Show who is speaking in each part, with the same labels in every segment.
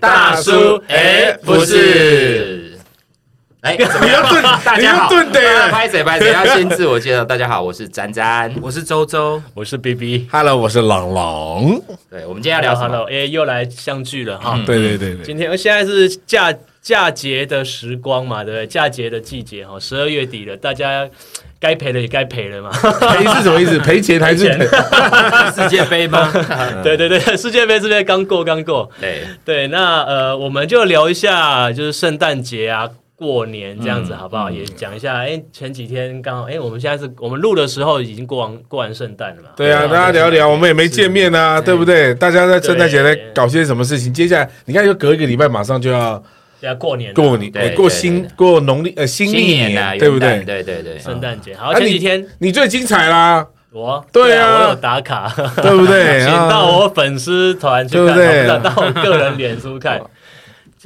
Speaker 1: 大叔，哎、不是。哎，怎么样？大家好，
Speaker 2: 你又顿的耶
Speaker 1: 啊拍谁拍谁？要先自我介绍。大家好，我是詹詹。
Speaker 3: 我是周周
Speaker 2: 我是 B B，
Speaker 4: Hello，我是朗朗。
Speaker 1: 对，我们今天要聊什么？
Speaker 3: Hello，哎，又来相聚了哈。
Speaker 4: 啊对对对对，
Speaker 3: 今天呃现在是嫁嫁节的时光嘛，对不对？嫁节的季节哈，十二月底了，大家该赔的也该赔了嘛。
Speaker 4: 赔是什么意思？赔钱还是赔？
Speaker 1: 世界杯 吗？
Speaker 4: 嗯
Speaker 3: 对对对，世界杯这边刚过刚过，
Speaker 1: 对，
Speaker 3: 对，那呃，我们就聊一下，就是圣诞节啊。过年这样
Speaker 4: 嗯
Speaker 3: 子好不好？也讲一下。哎、前几天刚好，哎、我们现在是我们录的时候已经过完过完圣诞了嘛？
Speaker 4: 对啊，大家聊聊，我们也没见面啊，对不对？大家在圣诞节在搞些什么事情？接下来你看，就隔一个礼拜，马上就要
Speaker 3: 对啊，过年了
Speaker 4: 过年哎
Speaker 1: 对，
Speaker 4: 过
Speaker 1: 对
Speaker 4: 新
Speaker 1: 对对
Speaker 4: 过农历呃新历
Speaker 1: 新年啊，
Speaker 4: 对不
Speaker 1: 元旦
Speaker 4: 对？
Speaker 1: 对对对，
Speaker 3: 圣诞节。好，
Speaker 4: 啊
Speaker 3: 前
Speaker 4: 你
Speaker 3: 几天
Speaker 4: 你最精彩啦，
Speaker 3: 我
Speaker 4: 对啊
Speaker 3: 啊，我有打卡，
Speaker 4: 对不对？
Speaker 3: 请
Speaker 4: 啊
Speaker 3: 到我粉丝团去
Speaker 4: 对不
Speaker 3: 看，
Speaker 4: 对
Speaker 3: 到到我个人脸书 看。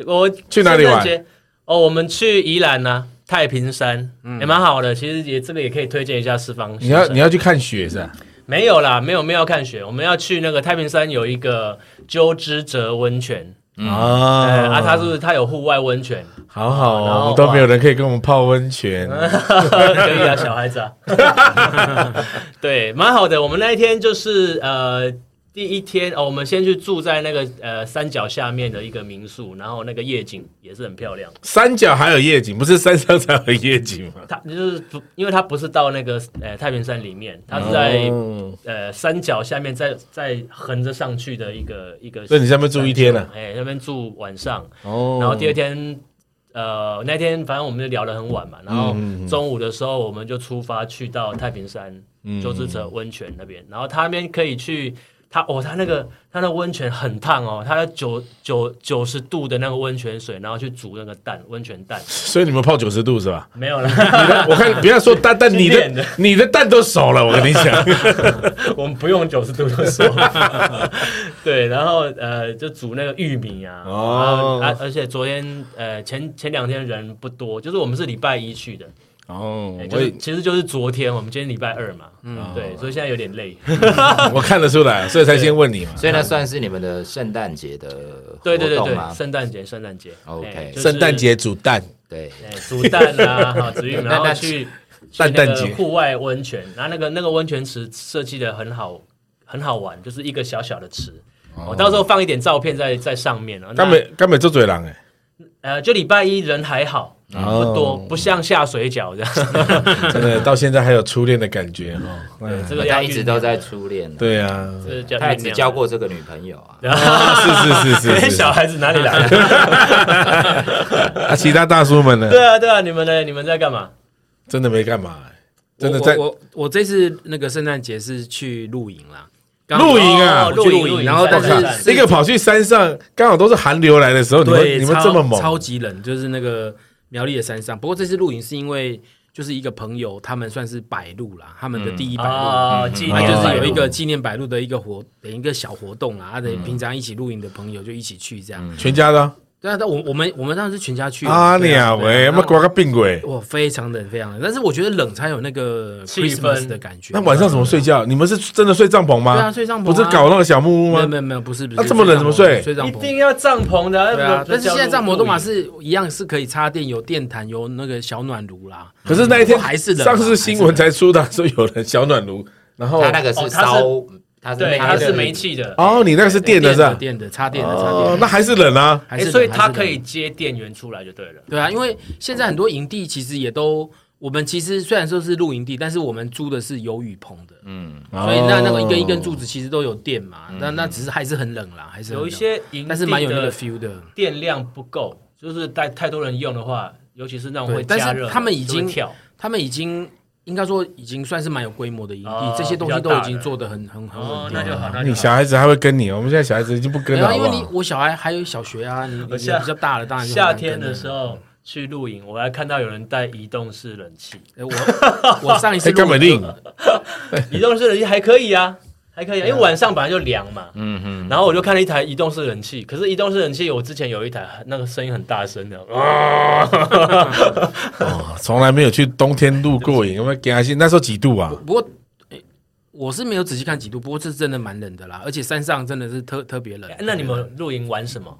Speaker 3: 我
Speaker 4: 去哪里玩
Speaker 3: 圣诞节？哦，我们去宜兰呐、太平山也蛮好的。其实也这个也可以推荐一下四方先
Speaker 4: 嗯你
Speaker 3: 生。
Speaker 4: 要你要去看雪是吧？
Speaker 3: 没有啦，没有没有要看雪，我们要去那个太平山有一个鸠之泽温泉。
Speaker 4: 啊
Speaker 3: 哎啊，它是它有户外温泉，
Speaker 4: 好好
Speaker 3: 然
Speaker 4: 哦，
Speaker 3: 后
Speaker 4: 我们都没有人可以跟我们泡温泉。
Speaker 3: 哦 可以啊，小孩子啊，啊 对，蛮好的。我们那一天就是呃。第一天哦，我们先去住在那个呃山脚下面的一个民宿，然后那个夜景也是很漂亮。
Speaker 4: 山脚还有夜景，不是山上才有夜景吗？
Speaker 3: 它就是不，因为它不是到那个呃太平山里面，它是在、
Speaker 4: 哦
Speaker 3: 呃山脚下面再再横着上去的一个一个。
Speaker 4: 所以你在那边住一天啊？
Speaker 3: 哎、那边住晚上，
Speaker 4: 哦
Speaker 3: 然后第二天，呃，那天反正我们就聊得很晚嘛，然后中午的时候我们就出发去到太平山九之泽温泉那边，然后他那边可以去，他哦，他那个他那温泉很烫哦，他的九九九十度的那个温泉水，然后去煮那个蛋温泉蛋，
Speaker 4: 所以你们泡九十度是吧？
Speaker 3: 没有啦，
Speaker 4: 你的 我看不要说蛋蛋，你
Speaker 3: 去练
Speaker 4: 的
Speaker 3: 的
Speaker 4: 你的蛋都熟了，我跟你 讲。
Speaker 3: 我们不用九十度的说， 对，然后呃就煮那个玉米啊，
Speaker 4: 哦
Speaker 3: 哦，啊而且昨天呃前前两天人不多，就是我们是礼拜一去的。
Speaker 4: 哦
Speaker 2: 哎
Speaker 3: 欸，就
Speaker 4: 我
Speaker 3: 是
Speaker 4: 也
Speaker 3: 其实就是昨天，我们今天礼拜二嘛，嗯，对，
Speaker 1: 哦
Speaker 3: 所以现在有点累。
Speaker 4: 我看得出来，所以才先问你嘛。
Speaker 1: 所以那算是你们的圣诞节的
Speaker 3: 对
Speaker 1: 活
Speaker 3: 对对
Speaker 1: 动
Speaker 3: 对，
Speaker 1: 吗？
Speaker 3: 圣诞节，圣诞节
Speaker 1: OK
Speaker 3: 欸就是
Speaker 4: 圣诞节煮蛋，
Speaker 1: 对，
Speaker 3: 欸煮蛋啊， 好，子玉米，
Speaker 1: 那
Speaker 3: 然后
Speaker 1: 那
Speaker 3: 去去
Speaker 4: 蛋
Speaker 3: 那
Speaker 4: 蛋节
Speaker 3: 个户外温泉，然后那个那个温泉池设计的很好，很好玩，就是一个小小的池。
Speaker 1: 哦
Speaker 3: 我到时候放一点照片在在上面啊。那
Speaker 4: 干美干美做嘴狼哎，
Speaker 3: 呃，就礼拜一人还好，
Speaker 4: 哦
Speaker 3: 不多，不像下水饺这样。
Speaker 4: 真的到现在还有初恋的感觉哦。
Speaker 3: 对
Speaker 1: 我
Speaker 3: 这个
Speaker 1: 嗯家
Speaker 3: 要
Speaker 1: 一直
Speaker 3: 酝
Speaker 1: 都
Speaker 3: 酿
Speaker 1: 在，初恋呢，
Speaker 4: 对啊，
Speaker 3: 这个叫
Speaker 1: 他也
Speaker 3: 酝
Speaker 1: 只
Speaker 3: 酿
Speaker 1: 交。过这个女朋友啊。
Speaker 4: 啊是是 是
Speaker 2: 哎
Speaker 4: 是是
Speaker 3: 小孩子哪里 来的？
Speaker 4: 啊，其他大叔们呢？
Speaker 3: 对啊，对啊，你们呢？你们在干嘛？
Speaker 4: 真的没干嘛欸，真的
Speaker 2: 我
Speaker 4: 在
Speaker 2: 我我我这次那个圣诞节是去露营啦，刚
Speaker 4: 露营啊
Speaker 2: 哦
Speaker 3: 露
Speaker 2: 去
Speaker 3: 营
Speaker 2: 露
Speaker 3: 露
Speaker 2: 营，
Speaker 3: 营
Speaker 2: 然后
Speaker 3: 在
Speaker 2: 但
Speaker 3: 山
Speaker 2: 是
Speaker 3: 上
Speaker 2: 是
Speaker 4: 一个跑去山上，刚好都是寒流来的时候，你
Speaker 2: 对
Speaker 4: 们你们
Speaker 2: 超
Speaker 4: 这么
Speaker 2: 超
Speaker 4: 猛，
Speaker 2: 级冷，就是那个苗栗的山上。不过这次露营是因为就是一个朋友，他们算是百路啦，他们的
Speaker 4: 嗯
Speaker 2: 第一百路。
Speaker 3: 啊，纪
Speaker 2: 他
Speaker 3: 念
Speaker 4: 哦
Speaker 2: 就是有
Speaker 3: 百
Speaker 2: 一
Speaker 3: 物
Speaker 2: 个纪念百路的一个活，等一个小活动啊，啊等于平常一起露营的朋友就一起去这样。
Speaker 4: 全家的啊
Speaker 2: 对啊，但我我们我们当时是全家去的
Speaker 4: 啊
Speaker 2: 对
Speaker 4: 你啊
Speaker 2: 对啊
Speaker 4: 喂，
Speaker 2: 然
Speaker 4: 妈
Speaker 2: 后
Speaker 4: 刮个病鬼。
Speaker 2: 哇，非常冷，非常冷。但是我觉得冷才有那个
Speaker 3: 气
Speaker 2: Christmas
Speaker 3: 氛
Speaker 2: 的感觉。
Speaker 4: 那晚上怎么睡觉？你们是真的睡帐篷吗？
Speaker 2: 对啊睡帐篷
Speaker 4: 不
Speaker 2: 啊
Speaker 4: 是搞那个小木屋
Speaker 2: 没有
Speaker 4: 吗？
Speaker 2: 没有没有，不是不是。
Speaker 4: 那这么冷怎么睡
Speaker 2: 睡帐
Speaker 3: 一
Speaker 2: 篷。
Speaker 3: 定要帐篷的啊，
Speaker 2: 对啊，
Speaker 3: 不
Speaker 2: 但是现在帐篷都嘛
Speaker 3: 不
Speaker 2: 是一样，是可以插电，有电毯，有那个小暖炉啦。
Speaker 4: 可是那一天
Speaker 2: 还是冷啊
Speaker 4: 上次新闻才出的，说有人小暖炉，然后
Speaker 1: 他那个是
Speaker 3: 哦他是
Speaker 1: 烧，他是
Speaker 3: 对，
Speaker 1: 那
Speaker 3: 它
Speaker 1: 个
Speaker 3: 是煤气的，
Speaker 4: 哦，你那个是电的是吧？
Speaker 2: 电的，插电的，插
Speaker 4: 哦
Speaker 2: 电，的，
Speaker 4: 那还是冷啊。
Speaker 2: 还
Speaker 3: 诶
Speaker 2: 是冷
Speaker 3: 哎所以
Speaker 2: 还是
Speaker 3: 它
Speaker 2: 冷
Speaker 3: 可以接电源出来就对了。
Speaker 2: 对啊，因为现在很多营地其实也都，我们其实虽然说是露营地，但是我们租的是有雨棚的，
Speaker 1: 嗯，
Speaker 2: 所以那那个一根一根柱子其实都有电嘛，那那只是还是很冷啦，还是很
Speaker 3: 嗯
Speaker 2: 冷
Speaker 3: 有一，些营
Speaker 2: 但是蛮
Speaker 3: 地
Speaker 2: 有那个
Speaker 3: 的
Speaker 2: feel 的。
Speaker 3: 电量不够，就是带太多人用的话，尤其是那种
Speaker 2: 对
Speaker 3: 会
Speaker 2: 但是
Speaker 3: 加热的，
Speaker 2: 他们已
Speaker 3: 就会
Speaker 2: 经
Speaker 3: 跳，
Speaker 2: 他们已经应该说已经算是蛮有规模的营地
Speaker 3: 哦，
Speaker 2: 这些东西
Speaker 3: 比较
Speaker 2: 都
Speaker 3: 大
Speaker 2: 已经
Speaker 3: 的
Speaker 2: 做的很很很
Speaker 3: 哦
Speaker 2: 稳，定
Speaker 3: 那
Speaker 2: 了。
Speaker 3: 就好，那就
Speaker 4: 你
Speaker 3: 好。
Speaker 4: 小孩子还会跟你，我们现在小孩子已经不跟
Speaker 2: 对
Speaker 4: 了，
Speaker 2: 啊，
Speaker 4: 好
Speaker 2: 因
Speaker 4: 不
Speaker 2: 为你
Speaker 4: 好？
Speaker 2: 我小孩还有小学啊，你你你比
Speaker 3: 下
Speaker 2: 较大了，当然就很
Speaker 3: 呃夏
Speaker 2: 难
Speaker 3: 天
Speaker 2: 跟
Speaker 3: 的
Speaker 2: 了
Speaker 3: 时候去露营，我还看到有人带移动式冷气，
Speaker 2: 哎我我上一次
Speaker 4: 哎，根本
Speaker 2: 录影
Speaker 4: 令
Speaker 3: 移动式冷气还可以啊，还可以、啊，因为晚上本来就凉嘛。嗯嗯。然后我就看了一台移动式冷气，可是移动式冷气我之前有一台，那个声音很大声的，
Speaker 4: 嗯
Speaker 3: 啊
Speaker 4: 哦 从来没有去冬天露过营，有没有给他信？那时候几度啊？
Speaker 2: 不过、哎我是没有仔细看几度，不过这真的蛮冷的啦，而且山上真的是特特别冷
Speaker 3: 哎。那你们露营玩什么？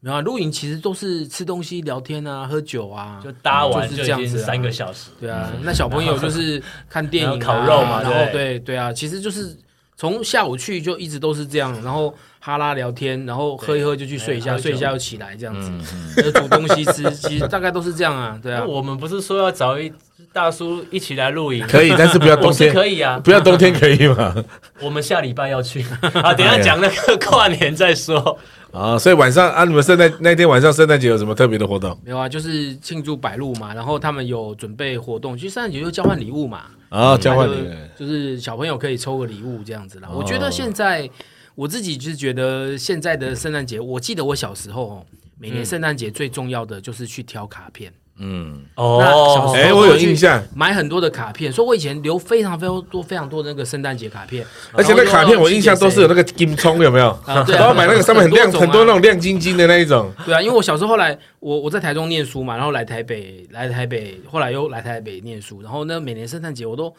Speaker 2: 没有啊，露营其实都是吃东西、聊天啊、喝酒啊，
Speaker 4: 嗯
Speaker 3: 就搭完
Speaker 2: 就
Speaker 3: 就
Speaker 2: 是这
Speaker 3: 已
Speaker 2: 样
Speaker 3: 经
Speaker 2: 子啊
Speaker 3: 三个小时，
Speaker 2: 对啊，那小朋友 就是看电影、啊、
Speaker 3: 嗯然后烤肉嘛
Speaker 2: 然后
Speaker 3: 对
Speaker 2: 对对啊，其实就是从下午去就一直都是这样，然后哈拉聊天，然后喝一喝就去睡一
Speaker 3: 哎
Speaker 2: 下，
Speaker 3: 喝酒
Speaker 2: 睡一下又起来这样子，
Speaker 1: 嗯嗯，
Speaker 2: 就煮东西吃， 其实大概都是这 样啊，对啊
Speaker 3: 那，我们不是说要找一大叔一起来露营？
Speaker 4: 可以，但是不要冬
Speaker 3: 我 是
Speaker 4: 天，
Speaker 3: 可以啊，
Speaker 4: 不要冬天可以吗？
Speaker 3: 我们下礼拜要 去啊，等一下讲那个跨年再说。
Speaker 4: 啊，所以晚上啊，你们圣诞那天晚上圣诞节有什么特别的活动
Speaker 2: 没有啊，就是庆祝百露嘛，然后他们有准备活动，其实圣诞节就交换礼物嘛，
Speaker 3: 哦
Speaker 4: 啊？交换
Speaker 2: 就
Speaker 4: 礼物
Speaker 2: 就是小朋友可以抽个礼物这样子啦。
Speaker 4: 哦
Speaker 2: 我觉得现在我自己就是觉得现在的圣诞节，我记得我小时候哦，每年圣诞节最重要的就是去挑卡片。
Speaker 1: 嗯，
Speaker 2: 哦
Speaker 4: 哎，我有印象，
Speaker 2: 买很多的卡片，所以我以前留非常非常多非常多的那个圣诞节卡片，
Speaker 4: 而且那卡片我印象都是有那个金葱，有没有？
Speaker 2: 啊对啊
Speaker 4: 然后买那个上面很亮，
Speaker 2: 很多种啊
Speaker 4: 很多那种亮晶晶的那一种。
Speaker 2: 对啊，因为我小时候后来我我在台中念书嘛，然后来台北来台北，后来又来台北念书，然后呢每年圣诞节我都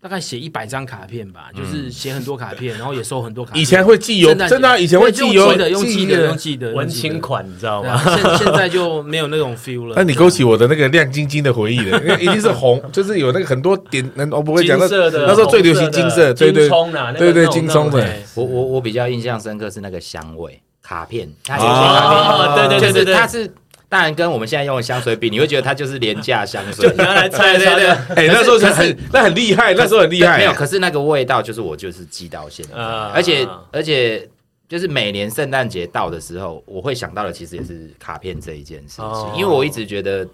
Speaker 2: 大概写一百张卡片吧，就是写很多卡片，然后也收很多卡
Speaker 4: 嗯
Speaker 2: 片。
Speaker 4: 以前会寄邮，
Speaker 2: 圣诞节
Speaker 4: 真的啊，以前会寄邮
Speaker 2: 对就用寄的，用寄的，用。寄的，
Speaker 3: 文
Speaker 2: 用寄的
Speaker 3: 青。款，你知道
Speaker 2: 对
Speaker 3: 吗
Speaker 2: 啊？现现在就没有那种 feel 了。
Speaker 4: 那你勾起我的那个亮晶晶的回忆了，因为一定是红， 就是有那个很多点，嗯我不会讲
Speaker 3: 金
Speaker 4: 那
Speaker 3: 色的，
Speaker 4: 那时候最流行金色，对对
Speaker 3: 金葱啊，那个
Speaker 4: 对对
Speaker 3: 那种哎
Speaker 4: 金葱的
Speaker 3: 那种
Speaker 1: 我我我比较印象深刻是那个香味卡片，它有些卡
Speaker 3: 哦，对
Speaker 1: 片
Speaker 3: 对对对
Speaker 1: 就是
Speaker 3: 对，
Speaker 1: 它是。当然，跟我们现在用的香水比，你会觉得它就是廉价香水。
Speaker 3: 就拿来猜 猜的，
Speaker 4: 哎，那时候是很那很厉害，那时候很厉害，
Speaker 1: 没有，可是那个味道就是我就是记到现在，
Speaker 3: 欸啊
Speaker 1: 而且而且就是每年圣诞节到的时候，我会想到的其实也是卡片这一件事情，
Speaker 3: 哦
Speaker 1: 因为我一直觉得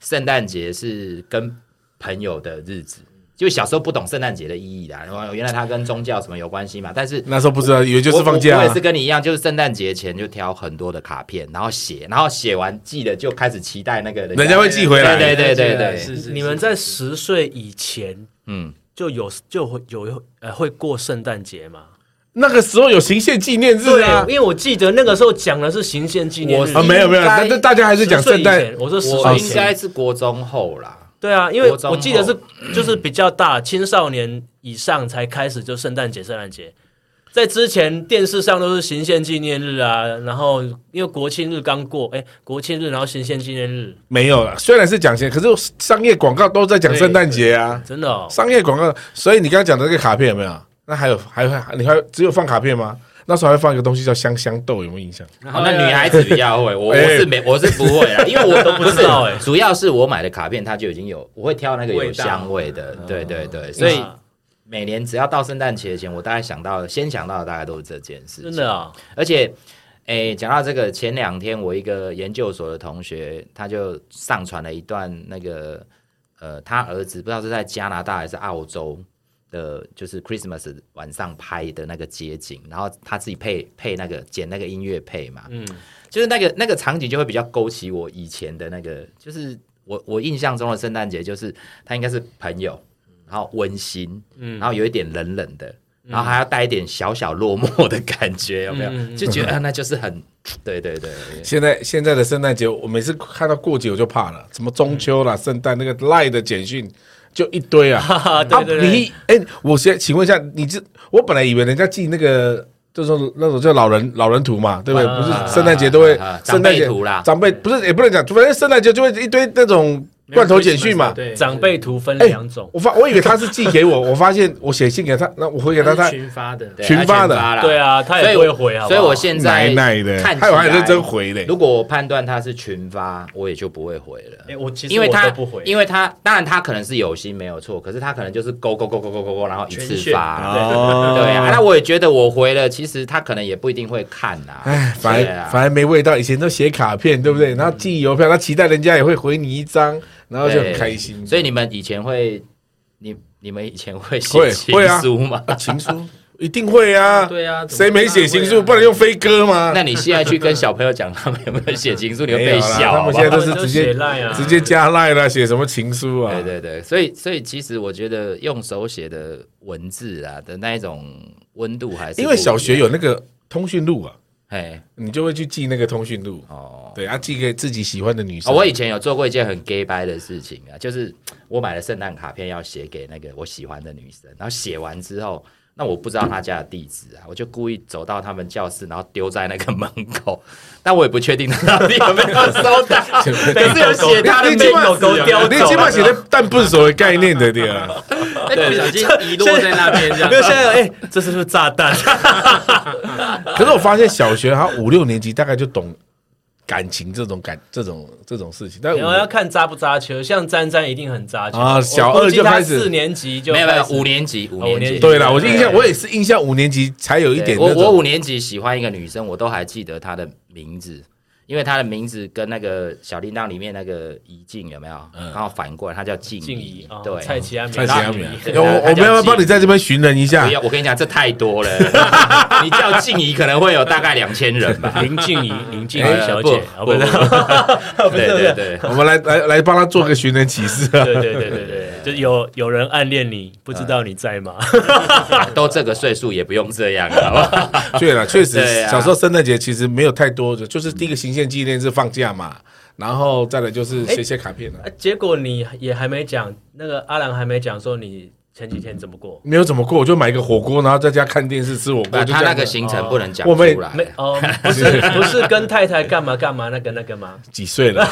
Speaker 1: 圣诞节是跟朋友的日子。就小时候不懂圣诞节的意义啦，然后原来它跟宗教什么有关系嘛，但是
Speaker 4: 那时候不知道，以为就是放
Speaker 1: 我
Speaker 4: 假
Speaker 1: 我。我也
Speaker 4: 啊
Speaker 1: 是。跟你一样，就是圣诞节前就挑很多的卡片，然后写，然后写完寄了就开始期待那个人
Speaker 4: 人家会寄回来
Speaker 1: 对对对对对，
Speaker 2: 是是
Speaker 3: 你们在十岁以前
Speaker 1: 嗯，
Speaker 3: 就有就会有呃会过圣诞节吗？
Speaker 4: 那个时候有行宪纪念日
Speaker 3: 对
Speaker 4: 啊
Speaker 3: 因，为我记得那个时候讲的是行宪纪念日
Speaker 1: 我
Speaker 4: 啊没有没有，那那大家还是讲圣
Speaker 3: 10岁以
Speaker 4: 诞
Speaker 3: 前，我说十
Speaker 1: 我
Speaker 4: 哦
Speaker 3: 岁以
Speaker 1: 应
Speaker 3: 前，
Speaker 1: 该是国中后啦，
Speaker 3: 对啊，因为
Speaker 1: 国中
Speaker 3: 我记得是 就是比较大青少年以上才开始就圣诞节，圣诞节。在之前电视上都是行宪纪念日啊，然后因为国庆日刚过，哎，国庆日然后行宪纪念日，
Speaker 4: 没有了。虽然是讲钱，可是商业广告都在讲圣诞节啊，
Speaker 3: 真的哦，
Speaker 4: 商业广告。所以你刚刚讲的那个卡片有没有？那还有还会你还只有放卡片吗？那时候还会放一个东西叫香香豆，有没有印象？
Speaker 2: 然后
Speaker 1: 哦，那女孩子比较会，我我
Speaker 4: 哎
Speaker 1: 是没，我是不会啦，因为我都
Speaker 3: 不知道哎
Speaker 1: 主要是我买的卡片它就已经有，我会挑那个
Speaker 2: 味
Speaker 1: 有
Speaker 2: 道
Speaker 1: 香味的，对对对，所以
Speaker 3: 啊
Speaker 1: 每年只要到圣诞节前，我大概想到的先想到的大概都是这件事情
Speaker 3: 真。的啊，
Speaker 1: 而且，诶，讲到这个，前两天我一个研究所的同学，他就上传了一段那个，呃，他儿子不知道是在加拿大还是澳洲的，就是 Christmas 晚上拍的那个街景，然后他自己配配那个剪那个音乐配嘛，
Speaker 3: 嗯，
Speaker 1: 就是那个那个场景就会比较勾起我以前的那个，就是我我印象中的圣诞节，就是他应该是朋友，然后温馨，
Speaker 3: 嗯
Speaker 1: 然后有一点冷冷的，然后还要带一点小小落寞的感觉，有没有？
Speaker 3: 嗯嗯嗯
Speaker 1: 就觉得、啊那就是很，对对对，
Speaker 4: 现在现在的圣诞节，我每次看到过节我就怕了，什么中秋啦、圣诞那个赖的简讯就一堆啊。
Speaker 3: 哈哈，对对
Speaker 4: 啊、
Speaker 3: 对，
Speaker 4: 你哎、我先请问一下，你这我本来以为人家寄那个。就是那种叫老人老人图嘛，对不对？
Speaker 3: 啊
Speaker 4: 不是圣诞节都会
Speaker 1: 啊啊啊
Speaker 4: 圣诞节
Speaker 1: 长辈图啦
Speaker 4: 长辈不是也不能讲，反正圣诞节就会一堆那种罐头简讯嘛。
Speaker 2: 对，
Speaker 3: 长辈图分
Speaker 4: 哎
Speaker 3: 两种，
Speaker 4: 我发我以为他是寄给我， 我发现我写信给他，那我回给他，
Speaker 2: 他
Speaker 4: 他
Speaker 2: 是群 发的，
Speaker 1: 嗯对
Speaker 4: 群
Speaker 1: 他
Speaker 4: 发的
Speaker 1: 啦
Speaker 3: 对啊，他
Speaker 1: 所
Speaker 3: 也
Speaker 1: 以
Speaker 3: 不会回好
Speaker 1: 我
Speaker 3: 不
Speaker 1: 所以
Speaker 3: 好
Speaker 1: 我现在
Speaker 4: 奶奶的，
Speaker 1: 看起
Speaker 4: 还有还认真回嘞。
Speaker 1: 如果我判断他是群发，我也就不会回了。
Speaker 3: 哎，我其实
Speaker 1: 因为
Speaker 3: 我
Speaker 1: 他
Speaker 3: 都不回，
Speaker 1: 因为他当然他可能是有心没有错，可是他可能就是勾勾勾勾勾勾勾，然后一次
Speaker 2: 全选
Speaker 1: 发，
Speaker 4: 哦
Speaker 1: 对啊，那我也觉得我回了，其实他可能也不一定会看呐、啊。
Speaker 4: 哎，反
Speaker 1: 对
Speaker 4: 而
Speaker 1: 啊
Speaker 4: 反而没味道。以前都写卡片，对不对？然后寄邮票，他期待人家也会回你一张，然后就很
Speaker 1: 对
Speaker 4: 开心。
Speaker 1: 所以你们以前会，你你们以前会
Speaker 4: 会
Speaker 1: 写情
Speaker 4: 会啊
Speaker 1: 书吗？
Speaker 4: 情书一定会啊，
Speaker 2: 对啊，
Speaker 4: 谁没写情书？不然
Speaker 2: 就
Speaker 4: 用飞鸽吗？
Speaker 1: 那你现在去跟小朋友讲他们有没有写情书，你会被
Speaker 4: 没有
Speaker 1: 笑
Speaker 4: 啦他
Speaker 1: 好不
Speaker 4: 们现
Speaker 1: 好
Speaker 4: 在都是直
Speaker 3: 他们
Speaker 4: 接
Speaker 3: 都写 Line 啊
Speaker 4: 直接加赖啦，写什么情书啊？
Speaker 1: 对对对，所以所以其实我觉得用手写的文字啊的那一种温度还是
Speaker 4: 因为小学有
Speaker 1: 不
Speaker 4: 那个通讯录
Speaker 1: 一
Speaker 4: 啊，
Speaker 1: 样哎
Speaker 4: 你就会去记那个通讯录。
Speaker 1: 哦。
Speaker 4: 对啊，寄给自己喜欢的女
Speaker 1: 啊、
Speaker 4: 生。
Speaker 1: 我以前有做过一件很 gay 掰的事情啊，就是我买了圣诞卡片要写给那个我喜欢的女生，然后写完之后，那我不知道他家的地址啊，我就故意走到他们教室，然后丢在那个门口，但我也不确定他到底有没有收到， 可是有写他的
Speaker 4: 你
Speaker 1: 名
Speaker 4: 起码
Speaker 1: 字，
Speaker 3: 狗狗叼走
Speaker 4: 你起码写的蛋不是所谓概念的对啊，
Speaker 2: 哎，不小心遗落在那边这样
Speaker 3: 没有，现在哎，这是不是炸弹？
Speaker 4: 可是我发现小学好像五六年级大概就懂感情这种感这种这种事情，但
Speaker 3: 然后要
Speaker 4: 我
Speaker 3: 看扎不扎球，像詹詹一定很扎球
Speaker 4: 啊
Speaker 3: 我
Speaker 4: 小
Speaker 3: 估
Speaker 4: 二
Speaker 3: 计
Speaker 4: 就
Speaker 3: 他
Speaker 4: 开始
Speaker 3: 四年级就
Speaker 1: 没有没有
Speaker 3: 开始哦
Speaker 1: 五年级五年
Speaker 3: 五年
Speaker 1: 级
Speaker 3: 级
Speaker 4: 对啦，我印象
Speaker 1: 对
Speaker 4: 我也是印象五年级才有一点
Speaker 1: 我
Speaker 4: 那
Speaker 1: 我
Speaker 4: 种
Speaker 1: 五年级喜欢一个女生，我都还记得她的名字，因为她的名字跟那个小叮当里面那个怡静有没有？然后反过来，她叫静
Speaker 3: 嗯静
Speaker 1: 怡
Speaker 3: 怡啊，，
Speaker 1: 对，
Speaker 3: 蔡奇安，
Speaker 4: 蔡奇安米啊
Speaker 1: 对，
Speaker 4: 我
Speaker 1: 他叫
Speaker 4: 我们要不要
Speaker 1: 静
Speaker 4: 帮你在这边寻人一下
Speaker 1: 不？要，我跟你讲，这太多了。你叫静怡可能会有大概两千人吧。
Speaker 3: 林静怡，林静怡
Speaker 1: 呃
Speaker 3: 小
Speaker 1: 不
Speaker 3: 姐，啊
Speaker 1: 不
Speaker 3: 是
Speaker 1: 不对对对
Speaker 4: 我们来来来帮他做个寻人启事啊！
Speaker 3: 对对对对对，就有有人暗恋你，不知道你在吗？
Speaker 1: 对，都这个岁数也不用这样了，好不好？
Speaker 4: 对了，确实
Speaker 1: 对，啊
Speaker 4: 小时候圣诞节其实没有太多的，就是第一个行宪纪念日放假嘛，然后再来就是
Speaker 1: 哎
Speaker 4: 写写卡片了、
Speaker 3: 啊结果你也还没讲，那个阿郎还没讲说你前几天怎么过？
Speaker 4: 没有怎么过，我就买一个火锅，然后在家看电视吃火锅，
Speaker 1: 那
Speaker 4: 就这
Speaker 1: 他
Speaker 4: 样
Speaker 1: 那
Speaker 4: 子
Speaker 1: 个行程不能讲
Speaker 4: 我们
Speaker 1: 出来。
Speaker 3: 没 哦，不是不是跟太太干嘛干嘛那个那个吗？
Speaker 4: 几岁 了？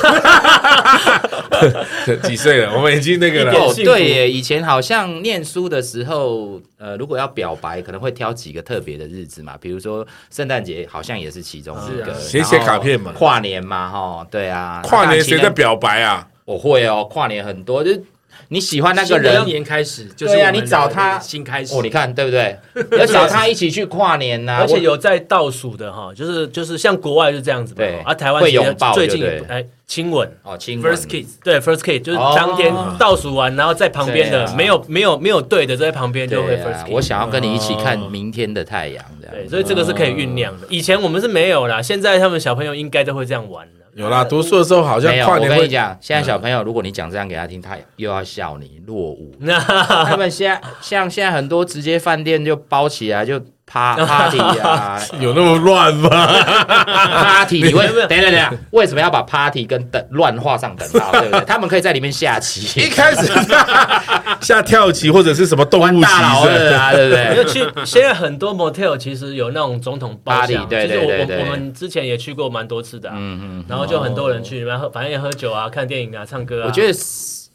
Speaker 4: 几岁了？我们已经那个了。
Speaker 1: 哦，
Speaker 3: 幸福
Speaker 1: 对耶，以前好像念书的时候，呃，如果要表白，可能会挑几个特别的日子嘛，比如说圣诞节，好像也是其中一
Speaker 3: 是
Speaker 1: 个
Speaker 3: 啊，
Speaker 4: 写写卡片嘛
Speaker 1: 然后跨年嘛，哈，对啊，
Speaker 4: 跨年谁在
Speaker 1: 表？
Speaker 4: 表白啊？
Speaker 1: 我会哦，跨年很多，就是你喜欢那
Speaker 2: 那个
Speaker 1: 个
Speaker 2: 人
Speaker 1: 人，
Speaker 2: 年开始就是
Speaker 1: 对
Speaker 2: 我
Speaker 1: 啊，
Speaker 2: 们
Speaker 1: 你找他
Speaker 2: 新开始
Speaker 1: 哦，你看对不 对？要找他一起去跨年呐、
Speaker 3: 而且
Speaker 1: 啊我
Speaker 3: 有在倒数的哈，就是就是像国外是这样子嘛，
Speaker 1: 对
Speaker 3: 啊，台湾
Speaker 1: 会拥抱
Speaker 3: 最
Speaker 1: 对
Speaker 3: 近
Speaker 1: 不对
Speaker 3: 哎亲吻。
Speaker 1: 哦亲吻
Speaker 2: first kiss，
Speaker 3: 对，first kiss 就是
Speaker 1: 哦
Speaker 3: 当天倒数完，然后在旁边
Speaker 1: 对
Speaker 3: 的
Speaker 1: 啊
Speaker 3: 没有没有没有对的，在旁边就会
Speaker 1: 对
Speaker 3: first
Speaker 1: 啊，
Speaker 3: kiss。哦
Speaker 1: 我想要跟你一起看明天的太阳，这
Speaker 3: 对，
Speaker 1: 样。
Speaker 3: 所以这个是可以酝酿的。以前我们是没有啦，现在他们小朋友应该都会这样玩了。
Speaker 4: 有啦，读书的时候好像
Speaker 1: 没有，
Speaker 4: 跨
Speaker 1: 我
Speaker 4: 年
Speaker 1: 跟你
Speaker 4: 会嗯
Speaker 1: 讲，现在小朋友，如果你讲这样给他听，他又要笑你落 伍。
Speaker 3: 那
Speaker 1: 他们现在像现在很多直接饭店就包起来就趴 party 啊
Speaker 4: 有那么乱 吗？
Speaker 1: ，party 你
Speaker 3: 没
Speaker 1: 会
Speaker 3: 有没有
Speaker 1: 等一下等一下，为什么要把 party 跟等乱画上等号，对不对？ 他们可以在里面下
Speaker 4: 一
Speaker 1: 棋，
Speaker 4: 开始 下跳棋或者是什么动
Speaker 1: 玩
Speaker 4: 物棋
Speaker 1: 大老
Speaker 4: 是
Speaker 1: 二
Speaker 4: 吧？
Speaker 1: 啊，对不
Speaker 3: 因为
Speaker 1: 对？
Speaker 3: 去现在很多 motel 其实有那种总统包
Speaker 1: 巴
Speaker 3: 厢，
Speaker 1: 黎对
Speaker 3: 就是
Speaker 1: 对
Speaker 3: 我
Speaker 1: 对
Speaker 3: 我
Speaker 1: 对
Speaker 3: 我们之前也去过蛮多次的啊，
Speaker 1: 嗯嗯，
Speaker 3: 然后就很多
Speaker 4: 哦
Speaker 3: 人去里面喝，反正也喝酒啊、看电影啊、唱歌啊。
Speaker 1: 我觉得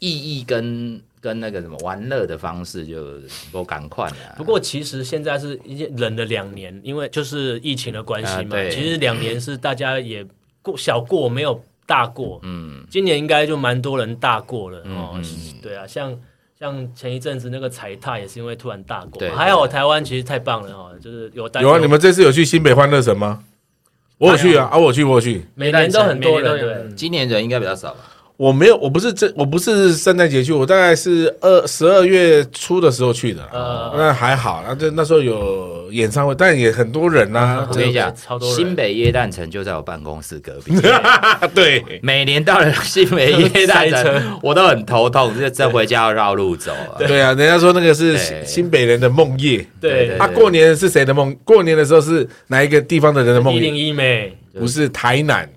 Speaker 1: 意义跟跟那个什么玩乐的方式就不赶快啊了。
Speaker 3: 不过其实现在是已经冷了两年，因为就是疫情的关系
Speaker 1: 啊
Speaker 3: 嘛。
Speaker 1: 对
Speaker 3: 其实两年是大家也过小过，没有大过。嗯，今年应该就蛮多人大过
Speaker 1: 嗯
Speaker 3: 了、哦。对啊，像像前一阵子那个踩踏也是因为突然大过
Speaker 1: 对
Speaker 3: 嘛，还好台湾其实太棒了哦，就是有大
Speaker 4: 有啊，你们这次有去新北欢乐城吗？我有去啊，啊，我有去，我有去。
Speaker 3: 每年都很多人
Speaker 2: 每年都有
Speaker 3: 对。
Speaker 1: 今年嗯人应该比较少吧？
Speaker 4: 我没有，我不是这，我不是圣诞节去，我大概是二十二月初的时候去的。
Speaker 3: 呃
Speaker 4: 那还好，那就那时候有演唱会，但也很多人啊呐、
Speaker 1: 我跟你讲
Speaker 3: 超，多人
Speaker 1: 新北耶诞城就在我办公室隔壁。
Speaker 4: 啊。 对，
Speaker 1: 每年到了新北耶诞
Speaker 3: 塞
Speaker 1: 城，我都很头痛，就这回家要绕路走啊。
Speaker 4: 对啊，人家说那个是
Speaker 1: 对
Speaker 4: 新新北人的梦夜。
Speaker 1: 对
Speaker 3: 对
Speaker 4: 啊，过年是谁的梦？过年的时候是哪一个地方的人的梦
Speaker 3: 一零
Speaker 4: 魇？
Speaker 3: 一美，
Speaker 4: 不是台南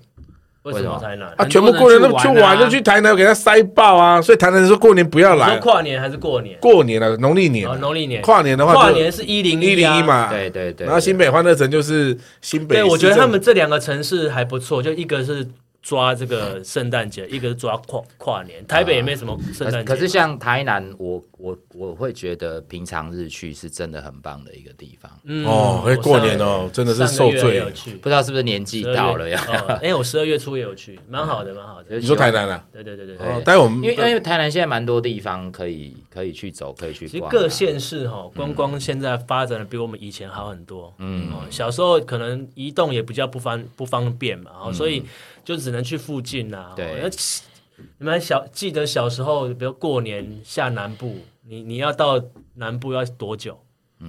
Speaker 3: 为什
Speaker 1: 为什么
Speaker 3: 么台南？
Speaker 4: 啊，
Speaker 2: 很
Speaker 4: 全
Speaker 2: 多
Speaker 4: 部过
Speaker 2: 人
Speaker 4: 年都去
Speaker 2: 去玩啊
Speaker 4: 玩，就去台南给他塞爆啊！所以台南人说过年不要
Speaker 3: 你说
Speaker 4: 来，啊
Speaker 3: 跨年还是过年？
Speaker 4: 过年了，农历年
Speaker 3: 哦，
Speaker 4: 啊，
Speaker 3: 农历年。
Speaker 4: 跨年的话，
Speaker 3: 跨年是一啊零
Speaker 4: 一零一。嘛，
Speaker 1: 对对对，
Speaker 4: 然后新北欢乐城就是新北市
Speaker 3: 对，
Speaker 4: 政府，
Speaker 3: 我觉得他们这两个城市还不错，就一个是抓这个圣诞节，一个是抓跨跨年。台北也没什么圣
Speaker 1: 可
Speaker 3: 诞节嘛
Speaker 1: 是，啊可是像台南，我我我会觉得平常日去是真的很棒的一个地方，
Speaker 3: 嗯
Speaker 4: 哦，哎，过年，哦，真的
Speaker 3: 我上
Speaker 4: 是受
Speaker 3: 上个月
Speaker 4: 罪
Speaker 3: 也有
Speaker 4: 了。
Speaker 3: 去
Speaker 1: 不，知道是不是年纪到了呀？
Speaker 3: 哦哎，我十二月初也有去，蛮好的，蛮好的。
Speaker 4: 你说台南啊？
Speaker 3: 对对对对
Speaker 1: 对
Speaker 3: 对。
Speaker 4: 哦待会我们
Speaker 1: 因为因为台南现在蛮多地方可以可以去走，可以去
Speaker 3: 其实
Speaker 1: 逛啊。
Speaker 3: 各县市哈、观光现在发展的比我们以前好很多。嗯、小时候可能移动也比较不方不方便嘛，哦所以就只能去附近啊。
Speaker 1: 对
Speaker 3: 哦那其你们还小记得小时候，比如过年下南部，你你要到南部要多久？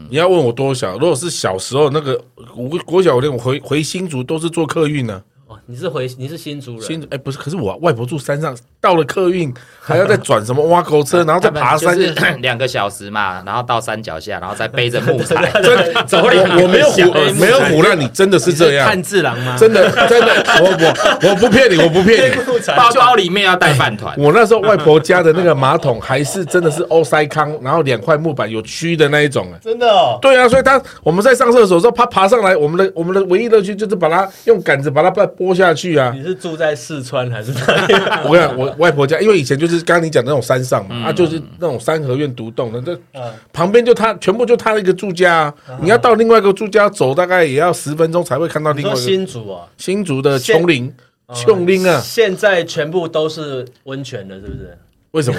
Speaker 4: 你要问我多小？如果是小时候那个我国小那种回回新竹都是坐客运呢、啊
Speaker 3: 哦，你是回你是新竹人，
Speaker 4: 新竹哎、不是，可是我外婆住山上，到了客 运还要再转什么挖沟车，然后再爬山。
Speaker 1: 就是两个小时嘛，然后到山脚下，然后再背着木材，
Speaker 4: 真的，
Speaker 1: 走两
Speaker 4: 我我没有
Speaker 1: 小
Speaker 4: 唬，没有唬烂你，真的是这样
Speaker 2: 炭，治郎吗？
Speaker 4: 真的真的，我我我不骗你，我不骗你。
Speaker 3: 木材
Speaker 1: 包包里面要带饭团，
Speaker 4: 我那时候外婆家的那个马桶还是真的是欧塞康，然后两块木板有蛆的那一种、欸。
Speaker 3: 真的哦，
Speaker 4: 对啊，所以他我们在上厕所的时候，他爬上来，我们的我们的唯一乐趣就是把它用杆子把它拨拨下去啊。
Speaker 3: 你是住在四川还是哪里？
Speaker 4: 我跟你讲，我外婆家，因为以前就是刚刚你讲的那种山上嘛，啊，就是那种三合院独栋的，这
Speaker 3: 嗯
Speaker 4: 旁边就他全部就他一个住家、啊，你要到另外一个住家走，大概也要十分钟才会看到
Speaker 3: 你
Speaker 4: 另外
Speaker 3: 说
Speaker 4: 一个
Speaker 3: 新竹啊？
Speaker 4: 新竹的
Speaker 3: 现
Speaker 4: 琼林，琼林 啊，
Speaker 3: 现在全部都是温泉了，是不是？
Speaker 4: 为什么？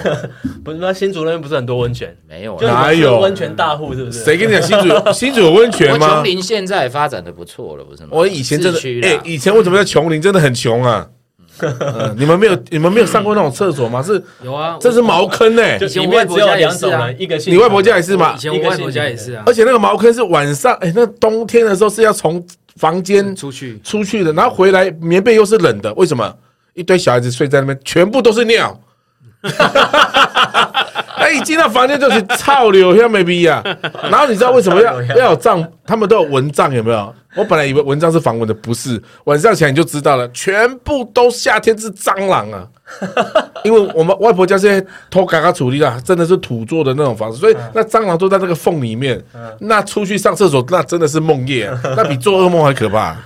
Speaker 3: 不是，那新竹那边不是很多温泉，
Speaker 1: 没有
Speaker 3: 就
Speaker 1: 啦。
Speaker 4: 哪有
Speaker 3: 是温泉大户，是不是？
Speaker 4: 谁跟你讲新竹新竹有温泉
Speaker 1: 我
Speaker 4: 吗
Speaker 1: 琼？林现在也发展的不错了，不是吗？
Speaker 4: 我以前真的
Speaker 1: 市区，
Speaker 4: 哎、
Speaker 1: 啦
Speaker 4: 以前为什么叫琼林？真的很穷啊、嗯你们没有，你们没有上过那种厕所吗？是，
Speaker 2: 有啊，
Speaker 4: 这是茅坑哎、
Speaker 3: 就
Speaker 2: 以前
Speaker 3: 里
Speaker 2: 我
Speaker 3: 面
Speaker 2: 外
Speaker 3: 只
Speaker 2: 婆
Speaker 3: 有
Speaker 2: 家也
Speaker 3: 两
Speaker 2: 是
Speaker 3: 种
Speaker 2: 啊
Speaker 3: 人，一个姓
Speaker 4: 你外婆家也是吗
Speaker 2: 以？前我外婆家也是啊
Speaker 4: 而，且那个茅坑是晚上，哎、那冬天的时候是要从房间
Speaker 2: 出去
Speaker 4: 出去的，然后回来棉被又是冷的，为什么？一堆小孩子睡在那边，全部都是尿。哎，一进到房间就是操流，像没逼呀。然后你知道为什么要要有帐？他们都有蚊帐，有没有？我本来以为蚊帐是防蚊的，不是。晚上起来你就知道了，全部都夏天是蟑螂啊！因为我们外婆家是偷嘎嘎处理啦，真的是土做的那种房子，所以那蟑螂都在那个缝里面。那出去上厕所，那真的是梦夜啊，那比做噩梦还可怕。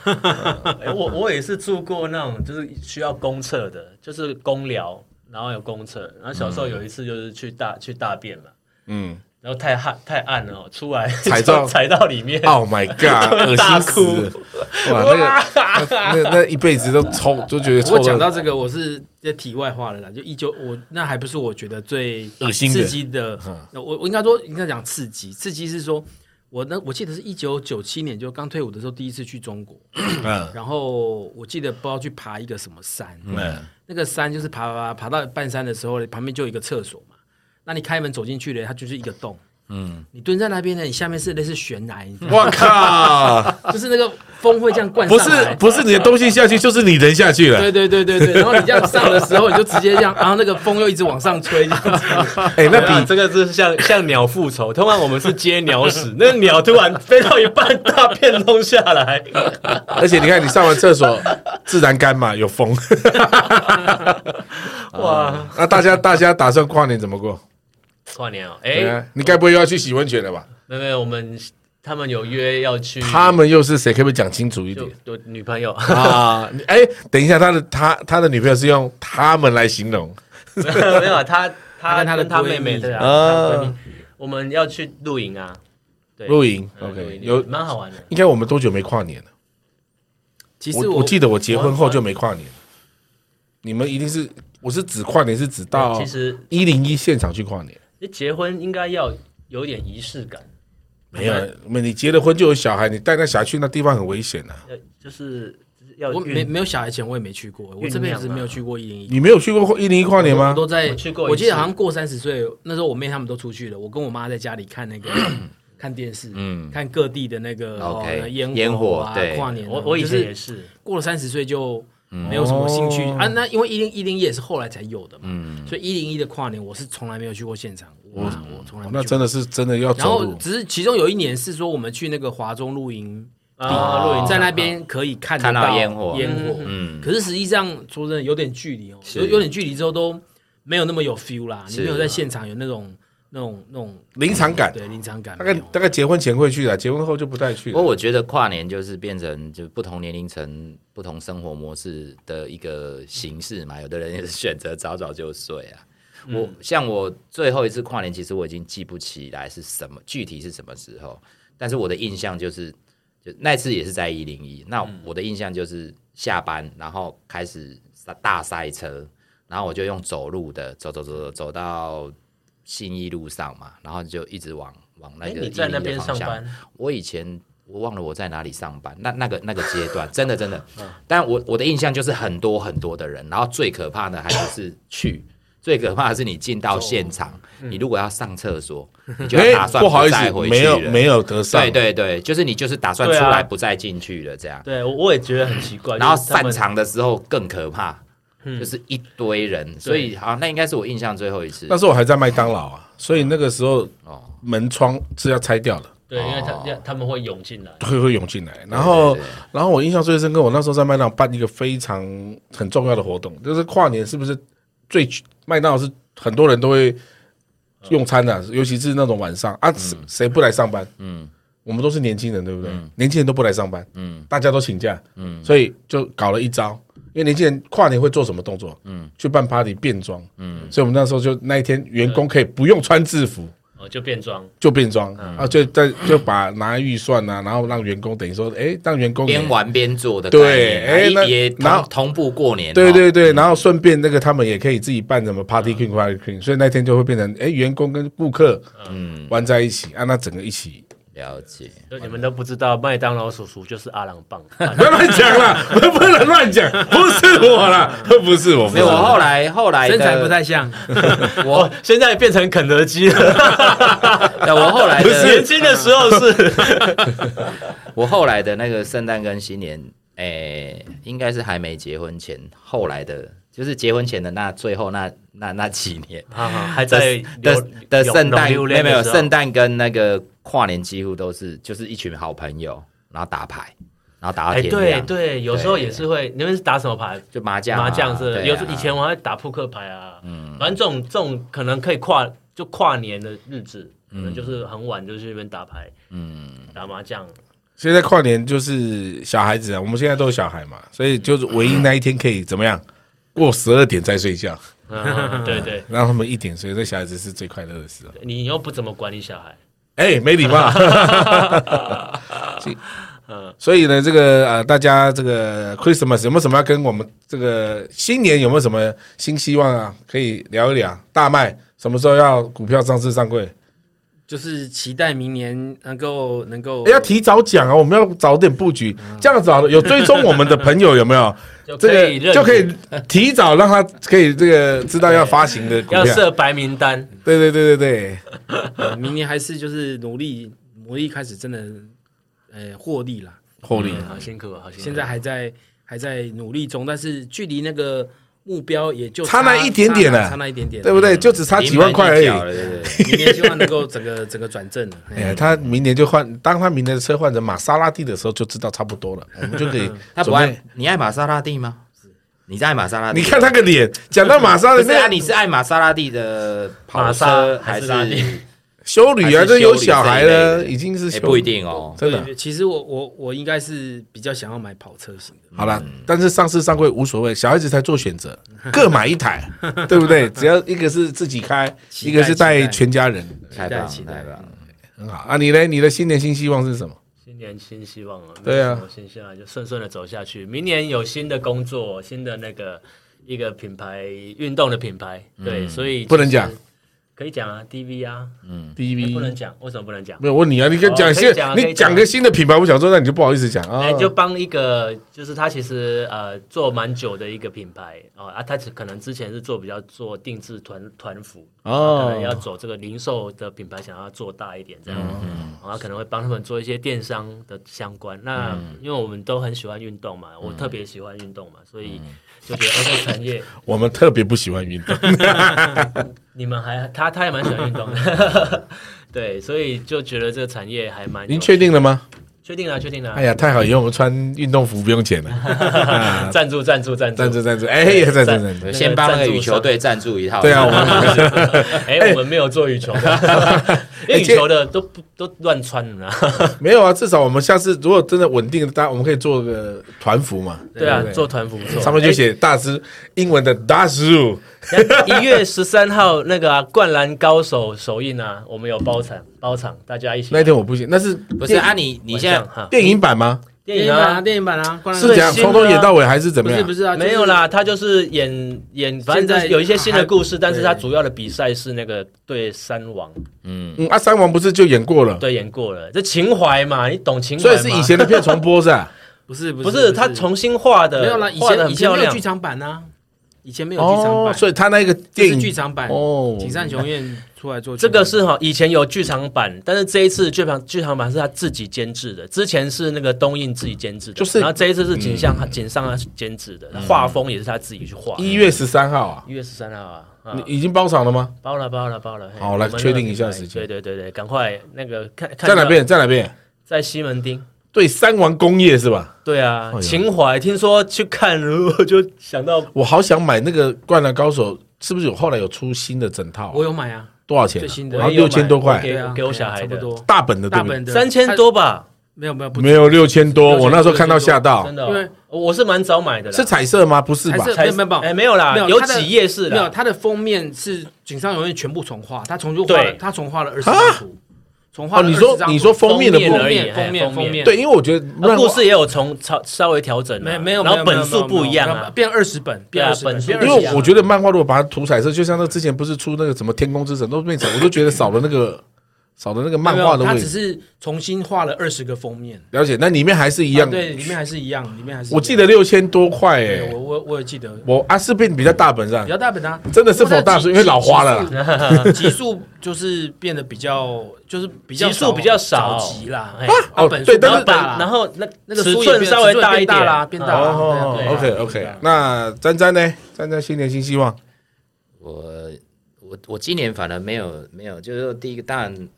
Speaker 3: 哎我我也是住过那种，就是需要公厕的，就是公寮，然后有公厕。然后小时候有一次就是去大、去大便嘛，
Speaker 4: 嗯。
Speaker 3: 然后太暗太暗了哦，出来
Speaker 4: 踩到
Speaker 3: 就踩到里面，
Speaker 4: Oh my god！恶
Speaker 3: 大
Speaker 4: 心死
Speaker 3: 哭
Speaker 4: 了！哇，那个那那那一辈子都臭，就觉得臭
Speaker 2: 我讲到
Speaker 4: 到
Speaker 2: 这个，我是在题外话了啦，就一九我那还不是我觉得最
Speaker 4: 恶心的嗯
Speaker 2: 刺激的，那我我应该说应该讲刺激，刺激是说我那我记得是一九九七年就刚退伍的时候第一次去中国，
Speaker 4: 嗯
Speaker 2: 然后我记得不知道去爬一个什么山，
Speaker 4: 嗯
Speaker 2: 那个山就是爬爬爬爬到半山的时候，旁边就有一个厕所嘛，那你开门走进去了，它就是一个洞。嗯，你蹲在那边呢，你下面是类似悬崖，你知道吗
Speaker 4: 我靠！
Speaker 2: 就是那个风会这样灌
Speaker 4: 不
Speaker 2: 上
Speaker 4: 是
Speaker 2: 来，
Speaker 4: 不是你的东西下去，就是你人下去了。
Speaker 2: 对对对对对，然后你这样上的时候，你就直接这样，然后那个风又一直往上吹，这样子
Speaker 4: 哎，那
Speaker 3: 没有啊
Speaker 4: 比
Speaker 3: 这个是像像鸟复仇，通常我们是接鸟屎，那个鸟突然飞到一半，大便弄下 来，
Speaker 4: 而且你看，你上完厕所自然干嘛，有风。
Speaker 3: 哇！
Speaker 4: 那大家大家打算跨年怎么过？
Speaker 3: 跨年哦，
Speaker 4: 对
Speaker 3: 哎，
Speaker 4: 啊，你该不会又要去洗温泉了吧？
Speaker 3: 没有没有，我们他们有约要去，
Speaker 4: 他们又是谁？可不可以讲清楚一点
Speaker 3: 就？有女朋友，
Speaker 4: 啊，你哎，等一下，他的他他的女朋友是用他们来形容，
Speaker 3: 没有啊，他
Speaker 2: 他
Speaker 3: 他
Speaker 2: 跟他的
Speaker 3: 跟他
Speaker 2: 闺
Speaker 3: 妹妹
Speaker 2: 蜜
Speaker 3: 对啊，
Speaker 4: 啊
Speaker 3: 他闺蜜我们要去露营啊，对，
Speaker 4: 露营
Speaker 3: 嗯露
Speaker 4: OK，
Speaker 3: 营
Speaker 4: 有
Speaker 3: 蛮好玩的，
Speaker 4: 应该我们多久没跨年了？
Speaker 2: 其实
Speaker 4: 我
Speaker 2: 我
Speaker 4: 我记得我结婚后就没跨年，你们一定是我是指跨年是指到
Speaker 3: 其实
Speaker 4: 一零一现场去跨年，
Speaker 3: 结婚应该要有点仪式感，
Speaker 4: 没有，没你结了婚就有小孩，你带那小孩去那地方很危险啊的、
Speaker 3: 要就是要
Speaker 2: 我
Speaker 3: 运
Speaker 2: 没没有小孩前我也没去过，我这辈
Speaker 3: 酝
Speaker 2: 子
Speaker 3: 酿啊
Speaker 2: 没有去过一零一。
Speaker 4: 你没有去过一零一跨年
Speaker 2: 我
Speaker 4: 吗？
Speaker 2: 都在
Speaker 3: 我去过一次
Speaker 2: 我记得好像过三十岁那时候，我妹他们都出去了，我跟我妈在家里看那个看电视，
Speaker 1: 嗯
Speaker 2: 看各地的那个
Speaker 1: OK，
Speaker 2: 哦烟
Speaker 1: 烟火
Speaker 2: 啊
Speaker 1: 对
Speaker 2: 跨年啊。
Speaker 3: 我我以前
Speaker 2: 就
Speaker 3: 也
Speaker 2: 是
Speaker 3: 是，
Speaker 2: 过了三十岁就没有什么兴趣
Speaker 4: 哦
Speaker 2: 啊。那因为一零一零一也是后来才有的嘛，
Speaker 1: 嗯，
Speaker 2: 所以一零一的跨年我是从来没有去过现场，我我从来没
Speaker 4: 哦那
Speaker 2: 有去过
Speaker 4: 真的是真的要
Speaker 2: 然
Speaker 4: 走
Speaker 2: 后
Speaker 4: 路，
Speaker 2: 只是其中有一年是说我们去那个华中露营，
Speaker 3: 啊，露营
Speaker 2: 哦在那边可以看得
Speaker 1: 看到烟火
Speaker 2: 烟火。
Speaker 1: 嗯
Speaker 2: 可是实际上说真的有点距离哦，
Speaker 1: 是
Speaker 2: 有有点距离之后都没有那么有 feel 啦，你
Speaker 1: 是
Speaker 2: 没有在现场有那种那种那种
Speaker 4: 临场感，
Speaker 2: 对临场感
Speaker 4: 大
Speaker 2: 没
Speaker 4: 概
Speaker 2: 有。
Speaker 4: 大概结婚前会去的，啊结婚后就不带去
Speaker 1: 不过。
Speaker 4: 了
Speaker 1: 我觉得跨年就是变成就不同年龄层、不同生活模式的一个形式嘛。有的人也是选择早早就睡啊。
Speaker 3: 嗯
Speaker 1: 我像我最后一次跨年，其实我已经记不起来是什么具体是什么时候，但是我的印象就是，就那次也是在一零一。那
Speaker 3: 嗯
Speaker 1: 我的印象就是下班，然后开始大塞车，然后我就用走路的走走走走走到信义路上嘛，然后就一直往往那
Speaker 3: 哎，
Speaker 1: 个
Speaker 3: 你在
Speaker 1: 101
Speaker 3: 那
Speaker 1: 的
Speaker 3: 边
Speaker 1: 方
Speaker 3: 上
Speaker 1: 向
Speaker 3: 班，
Speaker 1: 我以前我忘了我在哪里上班，那那个那个阶段， 真的真的，但我我的印象就是很多很多的人，然后最可怕的还不是去， 最可怕的是你进到现场，你如果要上厕所，你就要打算
Speaker 4: 嗯哎不好意
Speaker 1: 再
Speaker 4: 思，
Speaker 1: 回去
Speaker 4: 没有
Speaker 1: 了
Speaker 4: 没有得上
Speaker 1: 对，对对，就是你就是打算出
Speaker 3: 对啊
Speaker 1: 来不再进去了这样，
Speaker 4: 啊
Speaker 3: 对我我也觉得很奇 怪，
Speaker 1: 然后
Speaker 3: 就是他
Speaker 1: 散
Speaker 3: 们
Speaker 1: 场的时候更可怕，
Speaker 4: 嗯
Speaker 1: 就是一堆人，所以好，那应该是我印象最后一次
Speaker 4: 那。时候我还在麦当劳啊，所以那个时候
Speaker 1: 哦
Speaker 4: 门窗是要拆掉的，
Speaker 3: 对，因为他
Speaker 1: 哦
Speaker 3: 他他们会涌进来，
Speaker 4: 会会涌进来。然后，然后我印象最深刻，我那时候在麦当劳办一个非常很重要的活动，就是跨年是不是最麦当劳是很多人都会用餐的、啊尤其是那种晚上啊，谁谁不来上班？嗯，我们都是年轻人，对不对？年轻人都不来上班，嗯，大家都请假，嗯，所以就搞了一招。因为年轻人跨年会做什么动作？嗯，去办 party 变装，嗯，所以我们那时候就那一天员工可以不用穿制服，
Speaker 3: 哦，就变装，
Speaker 4: 就变装、
Speaker 1: 嗯
Speaker 4: 啊，就在就把拿预算啊，然后让员工等于说，哎、让员工也
Speaker 1: 边玩边做的概
Speaker 4: 对
Speaker 1: 念，
Speaker 4: 哎
Speaker 1: 哎
Speaker 4: 那
Speaker 1: 也
Speaker 4: 然后
Speaker 1: 同同步过年哦，
Speaker 4: 对对对，然后顺便那个他们也可以自己办什么 party king party king，所以那天就会变成哎、诶员工跟顾客
Speaker 1: 嗯，
Speaker 4: 玩在一起啊，那整个一起，
Speaker 1: 了解。
Speaker 3: 就你们都不知道，麦当劳叔叔就是阿郎棒，
Speaker 4: 不要乱讲啦， 不能乱讲，不是我啦， 不是我，不
Speaker 1: 没有，
Speaker 4: 是
Speaker 1: 我啊
Speaker 4: 我，
Speaker 1: 后来后来的
Speaker 2: 身材不太像，
Speaker 1: 我，
Speaker 3: 现在变成肯德基了。
Speaker 1: 对我后来
Speaker 4: 不
Speaker 1: 的
Speaker 4: 是
Speaker 3: 年轻的时候是，
Speaker 1: 我后来的那个圣诞跟新年，诶、应该是还没结婚前，后来的，就是结婚前的那最后那那那几年
Speaker 3: 哈哈还 在
Speaker 1: 的
Speaker 3: 流
Speaker 1: 的圣诞，没
Speaker 3: 流
Speaker 1: 有
Speaker 3: 流连
Speaker 1: 没有
Speaker 3: 的时候
Speaker 1: 圣诞跟那个跨年几乎都是就是一群好朋友，然后打牌，然后打到
Speaker 3: 哎，
Speaker 1: 天
Speaker 3: 对
Speaker 1: 亮，
Speaker 3: 对，有时候也是会，你们是打什么牌？
Speaker 1: 就麻将啊、
Speaker 3: 麻将是
Speaker 1: 对
Speaker 3: 吧，
Speaker 1: 啊
Speaker 3: 有时以前我还打扑克牌啊，反正这种这种可能可以跨就跨年的日子，可能就是很晚就去那边打牌，嗯，打麻将，
Speaker 4: 现在跨年就是小孩子啊，我们现在都有小孩嘛，所以就是唯一那一天可以怎么样，过十二点再睡觉，
Speaker 3: 嗯，对对，
Speaker 4: 让他们一点睡，这小孩子是最快乐的时候。
Speaker 3: 你又不怎么管你小孩，
Speaker 4: 哎、没 礼貌。所以所以呢，这个呃，大家这个 Christmas 有没有什么要跟我们这个新年有没有什么新希望啊？可以聊一聊。大麦什么时候要股票上市上柜？
Speaker 2: 就是期待明年能够能
Speaker 3: 哦
Speaker 2: 够
Speaker 4: 哎要提早讲啊，我们要早点布局。这样子好了，有追踪我们的朋友有没有？
Speaker 3: 就
Speaker 4: 这
Speaker 3: 可以
Speaker 4: 个
Speaker 3: 认
Speaker 4: 就可以提早让他可以这个知道要发行的股票
Speaker 3: 要。设白名单，
Speaker 4: 对对对对对，
Speaker 2: 呃明年还是就是努力努力开始真的呃获利啦。
Speaker 4: 获利。
Speaker 3: 好辛苦，好辛苦，
Speaker 2: 现在还在还在努力中，但是距离那个目标也就
Speaker 4: 差那一点点了
Speaker 2: 差那一点点，
Speaker 4: 对不？对？就只差几万块而
Speaker 1: 临门一
Speaker 4: 已。
Speaker 1: 脚了对不对？
Speaker 2: 明年希望能够整个整个转正了。
Speaker 4: 哎、他明年就换，当他明年的车换成玛莎拉蒂的时候，就知道差不多了，我们就可以
Speaker 1: 他不
Speaker 4: 准备
Speaker 1: 爱。你爱玛莎拉蒂吗？你在爱玛莎拉蒂？
Speaker 4: 你看他个脸，讲到玛 莎
Speaker 1: 不
Speaker 4: 的
Speaker 1: 是啊，
Speaker 4: 那
Speaker 1: 你是爱玛莎拉蒂的跑
Speaker 3: 玛莎
Speaker 1: 车还
Speaker 3: 还是
Speaker 1: 是
Speaker 3: 拉蒂？
Speaker 4: 修 女啊，
Speaker 1: 还是修
Speaker 4: 这
Speaker 1: 女
Speaker 4: 有小孩
Speaker 1: 这
Speaker 4: 了，
Speaker 1: 一类的
Speaker 4: 已经是
Speaker 1: 也
Speaker 4: 修
Speaker 1: 不一，定哦。
Speaker 4: 真的
Speaker 2: 对，其实我我我应该是比较想要买跑车型的，
Speaker 4: 好了。但是上市上柜无所谓，小孩子才做选择，各买一台，对不对？只要一个是自己开，
Speaker 2: 期
Speaker 4: 一
Speaker 2: 待
Speaker 4: 个是带
Speaker 2: 期待
Speaker 4: 全家人，
Speaker 1: 太
Speaker 2: 待
Speaker 1: 棒
Speaker 2: 期
Speaker 1: 了，
Speaker 2: 待
Speaker 1: 太棒了！
Speaker 4: 很好啊。你呢？你的新年新希望是什么？
Speaker 3: 新年新希望了，
Speaker 4: 对啊
Speaker 3: 没有什么新希望就顺顺的走下去。明年有新的工作，新的那个一个品牌运动的品牌，对，所以
Speaker 4: 嗯不能讲，
Speaker 3: 可以讲啊，DV 啊，
Speaker 4: 第一
Speaker 3: 哎不能讲，为什么不能讲？
Speaker 4: 没有问你啊，你可以
Speaker 3: 哦
Speaker 4: 讲
Speaker 3: 可
Speaker 4: 新
Speaker 3: 以讲，啊可
Speaker 4: 你
Speaker 3: 以讲
Speaker 4: 讲个新的品牌，我想说，那你就不好意思讲啊
Speaker 3: 哎、。就帮一个，就是他其实呃做蛮久的一个品牌哦啊，他只可能之前是做比较做定制团团服，可能要
Speaker 4: 哦，
Speaker 3: 走这个零售的品牌，想要做大一点这样，
Speaker 4: 嗯
Speaker 3: 然后可能会帮他们做一些电商的相关。那
Speaker 4: 嗯
Speaker 3: 因为我们都很喜欢运动嘛，我特别喜欢运动嘛，所以
Speaker 4: 嗯
Speaker 3: 就觉得哎这个产业
Speaker 4: 我们特别不喜欢运动。
Speaker 3: 你们还他他也蛮喜欢运动的， 对，所以就觉得这个产业还蛮有
Speaker 4: 您确定了吗？
Speaker 3: 确定啊了，确定了
Speaker 2: 啊
Speaker 4: 哎，呀，太好，以后我们穿运动服不用钱了。 啊
Speaker 3: 赞助赞助赞助
Speaker 4: 赞助赞助，哎，赞助赞助。
Speaker 3: 那个
Speaker 1: 先帮那个
Speaker 3: 赞助
Speaker 1: 羽球
Speaker 3: 商
Speaker 1: 队赞助一套。
Speaker 4: 对啊，我们
Speaker 3: 哎、我们没有做羽球 的，因
Speaker 4: 哎
Speaker 3: 为羽球的都不都乱穿了啦。
Speaker 4: 没有啊，至少我们下次如果真的稳定，大家我们可以做个团服嘛，
Speaker 3: 对啊
Speaker 4: 对，
Speaker 3: 做团服不错。哎
Speaker 4: 上面就写大师英文的大师傅，
Speaker 3: 一月十三号那个啊，《灌篮高手》首映啊，我们有包场，包场，大家一起。
Speaker 4: 那一天我不行，那是
Speaker 1: 不是啊，你你
Speaker 3: 晚
Speaker 1: 现
Speaker 3: 上
Speaker 1: 在
Speaker 3: 哈，
Speaker 4: 电影版吗？
Speaker 3: 电影
Speaker 2: 影版啊，
Speaker 3: 啊，
Speaker 2: 电影版啊，灌篮
Speaker 4: 是怎样
Speaker 3: 最新的
Speaker 4: 从
Speaker 3: 啊
Speaker 4: 头演到尾还是怎
Speaker 2: 不
Speaker 4: 么
Speaker 2: 是
Speaker 4: 样
Speaker 2: 不？是啊，
Speaker 3: 没有啦，他就是演演，反
Speaker 2: 现在
Speaker 3: 正有一些新的故事，
Speaker 2: 还
Speaker 3: 但是他
Speaker 2: 对
Speaker 3: 主要的比赛是那个对三王，
Speaker 4: 嗯，啊，三王不是就演过了，
Speaker 3: 对演过了，这情怀嘛，你懂情怀
Speaker 4: 所
Speaker 3: 吗
Speaker 4: 以是以前的片重播是吧？
Speaker 2: 就是，不是
Speaker 3: 不
Speaker 2: 不
Speaker 3: 是他重新画的，
Speaker 2: 没有啦，以
Speaker 3: 画的
Speaker 2: 前
Speaker 3: 很
Speaker 2: 以前
Speaker 3: 漂
Speaker 2: 没有
Speaker 3: 亮
Speaker 2: 剧，场版啊，以以前没有剧场
Speaker 4: 哦，
Speaker 2: 版，
Speaker 4: 所以他那个
Speaker 2: 这
Speaker 4: 电
Speaker 2: 是
Speaker 4: 影
Speaker 2: 剧场版。
Speaker 4: 哦，
Speaker 2: 请善雄彦出来做
Speaker 3: 这个是哈，以前有剧场版，但是这一次剧场剧场版是他自己监制的，之前是那个东映自己监制的，
Speaker 4: 就是嗯
Speaker 3: 然后这一次是景象景上他监制的，画风也是他自己去画。
Speaker 4: 一月十三号啊，
Speaker 3: 一月十三号啊，啊
Speaker 2: 嗯
Speaker 4: 你已经包场了吗？
Speaker 3: 包了包了包了。嘿
Speaker 4: 好来
Speaker 3: 我们那个
Speaker 4: 确定一下
Speaker 3: 品牌
Speaker 4: 时间
Speaker 3: 对对对对，赶快那个看看
Speaker 4: 在哪
Speaker 3: 到？
Speaker 4: 边？在哪边？
Speaker 3: 在西门町。
Speaker 4: 对，三王工业是吧？
Speaker 3: 对啊，
Speaker 4: 哎呦哎
Speaker 3: 情怀，听说去看，如果就想到
Speaker 4: 我好想买那个《灌篮高手》，是不是有后来有出新的整套啊、
Speaker 2: 我有买啊，
Speaker 4: 多少钱啊、
Speaker 2: 最新的
Speaker 4: 然后
Speaker 3: 我也有
Speaker 4: 六千多
Speaker 3: 买
Speaker 4: 块，
Speaker 3: 给
Speaker 2: 对啊
Speaker 3: 给我小孩
Speaker 2: 差不
Speaker 3: 的
Speaker 2: 多
Speaker 4: 大本的对
Speaker 2: 大
Speaker 4: 不对？
Speaker 2: 本的
Speaker 3: 三千，多吧，
Speaker 2: 没有没有不啊
Speaker 4: 没有六千多，
Speaker 2: 六千
Speaker 4: 我那时候看到吓到
Speaker 3: 真，的哦，
Speaker 2: 因为
Speaker 3: 我是蛮早买的啦，
Speaker 4: 是彩色吗？不是吧
Speaker 3: 才
Speaker 2: 彩？色没有没有
Speaker 3: 哎没有啦，
Speaker 2: 没有
Speaker 3: 有
Speaker 2: 它的
Speaker 3: 几页是
Speaker 2: 没有，
Speaker 3: 啦，
Speaker 2: 它的封面是井上永彦全部重画，他重就画了，
Speaker 3: 对
Speaker 2: 他重画了二十张图，重画
Speaker 4: 哦，
Speaker 2: 了
Speaker 4: 你
Speaker 2: 20
Speaker 4: 说
Speaker 2: 张图
Speaker 4: 你说封面的部
Speaker 3: 封面
Speaker 4: 分
Speaker 3: 而，已
Speaker 2: 封
Speaker 3: 哎
Speaker 2: 面面
Speaker 3: 封面
Speaker 2: 面
Speaker 4: 对，因为我觉得
Speaker 3: 啊
Speaker 4: 漫
Speaker 3: 故
Speaker 4: 画
Speaker 3: 事也有从稍稍微调整啊，
Speaker 2: 没有没有，
Speaker 3: 然后
Speaker 2: 没有
Speaker 3: 本数不一样，
Speaker 2: 没有没有没有
Speaker 3: 啊，
Speaker 2: 变二十本，
Speaker 3: 对
Speaker 2: 变
Speaker 3: 啊
Speaker 2: 二十本
Speaker 3: 本，数
Speaker 2: 变
Speaker 3: 不
Speaker 4: 因
Speaker 3: 一样
Speaker 2: 20
Speaker 4: 为
Speaker 2: 本
Speaker 4: 我觉得漫画如果把它涂彩色，就像那之前不是出那个什么《天空之城》都变成，我都觉得少了那个少了那个漫画的
Speaker 2: 没有
Speaker 4: 味
Speaker 2: 他只
Speaker 4: 道。
Speaker 2: 是重新画了二十个封面，
Speaker 4: 了解，那里面还是一样
Speaker 2: 啊
Speaker 4: 的。
Speaker 2: 对，里面还是一样，里面还是一样
Speaker 4: 我记得六千多块哎、
Speaker 2: 对我我我有记得
Speaker 4: 我啊是变比较大本上
Speaker 2: 比，较大本啊，
Speaker 4: 真的是否大是因为老花了啦，
Speaker 2: 啦，集数 就是变得比较就是比较
Speaker 3: 集数比较少
Speaker 2: 少集啦，哎
Speaker 3: 哎，
Speaker 2: 啊
Speaker 4: 哦
Speaker 2: 本
Speaker 4: 对
Speaker 2: 数
Speaker 4: 但
Speaker 2: 比
Speaker 4: 是
Speaker 2: 较大啦，
Speaker 3: 然后那
Speaker 2: 那个
Speaker 3: 尺
Speaker 2: 书也
Speaker 3: 寸
Speaker 2: 变
Speaker 3: 稍微大一点
Speaker 2: 变大啦，变大
Speaker 3: 啊
Speaker 2: 啦。
Speaker 4: 哦
Speaker 2: 对啊对啊
Speaker 4: ，OK
Speaker 2: 对啊
Speaker 4: OK，那詹詹呢？詹詹新年新希望，
Speaker 1: 我我我今年反而没有没有，就是说第一个当然，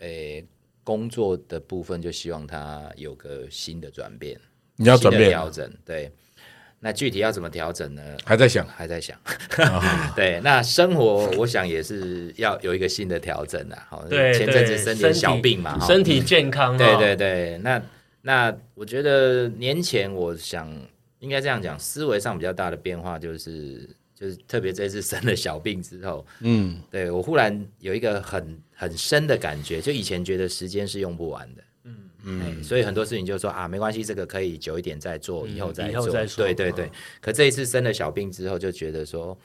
Speaker 1: 诶、工作的部分就希望它有个新的转变，
Speaker 4: 你要
Speaker 1: 新
Speaker 4: 转
Speaker 1: 的
Speaker 4: 变，
Speaker 1: 调整，对。那具体要怎么调整呢？
Speaker 4: 还在想，
Speaker 1: 还在想， 对，那生活我想也是要有一个新的调整啊。好，
Speaker 3: 对
Speaker 1: 前阵子
Speaker 3: 对
Speaker 1: 生
Speaker 3: 身
Speaker 1: 点
Speaker 3: 体
Speaker 1: 小病嘛，哈
Speaker 3: 身体健康，啊
Speaker 1: 对
Speaker 3: 哈
Speaker 1: 对对，那那我觉得年前我想应该这样讲，思维上比较大的变化就是就是特别这次生了小病之后，
Speaker 4: 嗯，
Speaker 1: 对我忽然有一个很很深的感觉，就以前觉得时间是用不完的。嗯嗯，所以很多事情就说啊，没关系，这个可以久一点再做，以后再
Speaker 3: 以
Speaker 1: 做，
Speaker 3: 后再说
Speaker 1: 对对对。可这一次生了小病之后，就觉得说，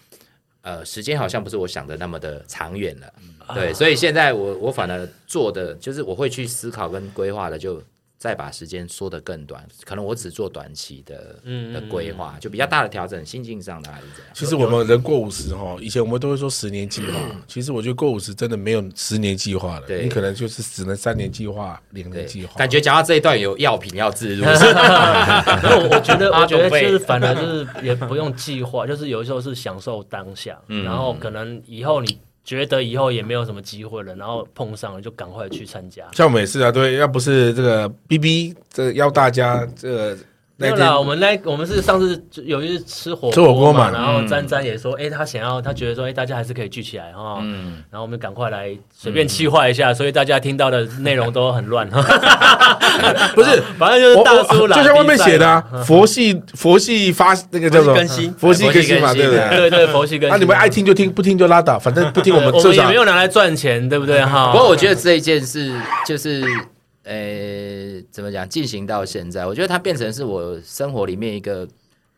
Speaker 1: 呃，时间好像不是我想的那么的长远了。
Speaker 4: 啊
Speaker 1: 对，所以现在我我反而做的就是我会去思考跟规划的，就再把时间缩得更短。可能我只做短期的的规划，就比较大的调整，心境上的还是这样。
Speaker 4: 嗯其实我们人过五十哈，以前我们都会说十年计划，其实我觉得过五十真的没有十年计划了，
Speaker 1: 对
Speaker 4: 你可能就是只能三年计划、两年计划，
Speaker 1: 感觉讲到这一段有药品要置 入，
Speaker 3: 没有，我觉得，
Speaker 1: 阿
Speaker 3: 我觉
Speaker 1: 董
Speaker 3: 得
Speaker 1: 贝
Speaker 3: 就是反而就是也不用计划，就是有时候是享受当下，
Speaker 1: 嗯
Speaker 3: 然后可能以后你觉得以后也没有什么机会了，然后碰上了就赶快去参加。
Speaker 4: 像我们也是啊，对，要不是这个 BB 这个邀大家这个
Speaker 3: 没有
Speaker 4: 那
Speaker 3: 啦，
Speaker 4: 天
Speaker 3: 我们那我们是上次就有一次吃火
Speaker 4: 吃火锅嘛嗯
Speaker 3: 嘛，然后詹詹也说，哎，他想要，他觉得说，哎，大家还是可以聚起来哈，
Speaker 4: 嗯
Speaker 3: 然后我们赶快来随便气化一下，所以大家听到的内容都很乱，
Speaker 4: 啊不是
Speaker 3: 反正就是
Speaker 4: 我
Speaker 3: 大叔
Speaker 4: 我
Speaker 3: 啦，
Speaker 4: 就像外面
Speaker 3: 比
Speaker 4: 写的
Speaker 3: 赛
Speaker 4: 啊，佛系佛系发那个叫什么
Speaker 2: 佛系
Speaker 4: 佛系
Speaker 2: 更新
Speaker 4: 更新嘛，
Speaker 1: 佛系更新
Speaker 4: 对不
Speaker 3: 啦，对
Speaker 4: 对？
Speaker 3: 对，佛系跟
Speaker 4: 啊那你们爱听就听，不听就拉倒，反正不听我 们
Speaker 3: 我
Speaker 4: 至
Speaker 3: 们也
Speaker 4: 少
Speaker 3: 没有拿来赚钱，对不对哈？
Speaker 1: 不
Speaker 4: 啊
Speaker 1: 过我觉得
Speaker 4: 嗯
Speaker 1: 这一件事就是，呃，怎么讲，进行到现在，我觉得它变成是我生活里面一个